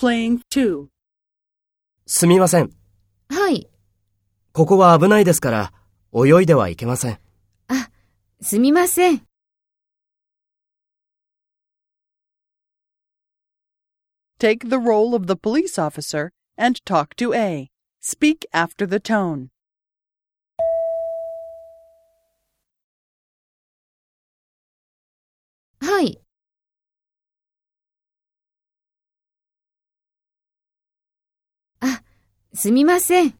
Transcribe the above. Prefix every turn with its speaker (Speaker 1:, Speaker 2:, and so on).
Speaker 1: Role-playing
Speaker 2: すみません。
Speaker 3: はい。
Speaker 2: ここは危ないですから、泳いではいけません。
Speaker 3: あ、すみません。
Speaker 1: Take the role of the police officer and talk to A. Speak after the tone.
Speaker 3: はい。あ、すみません。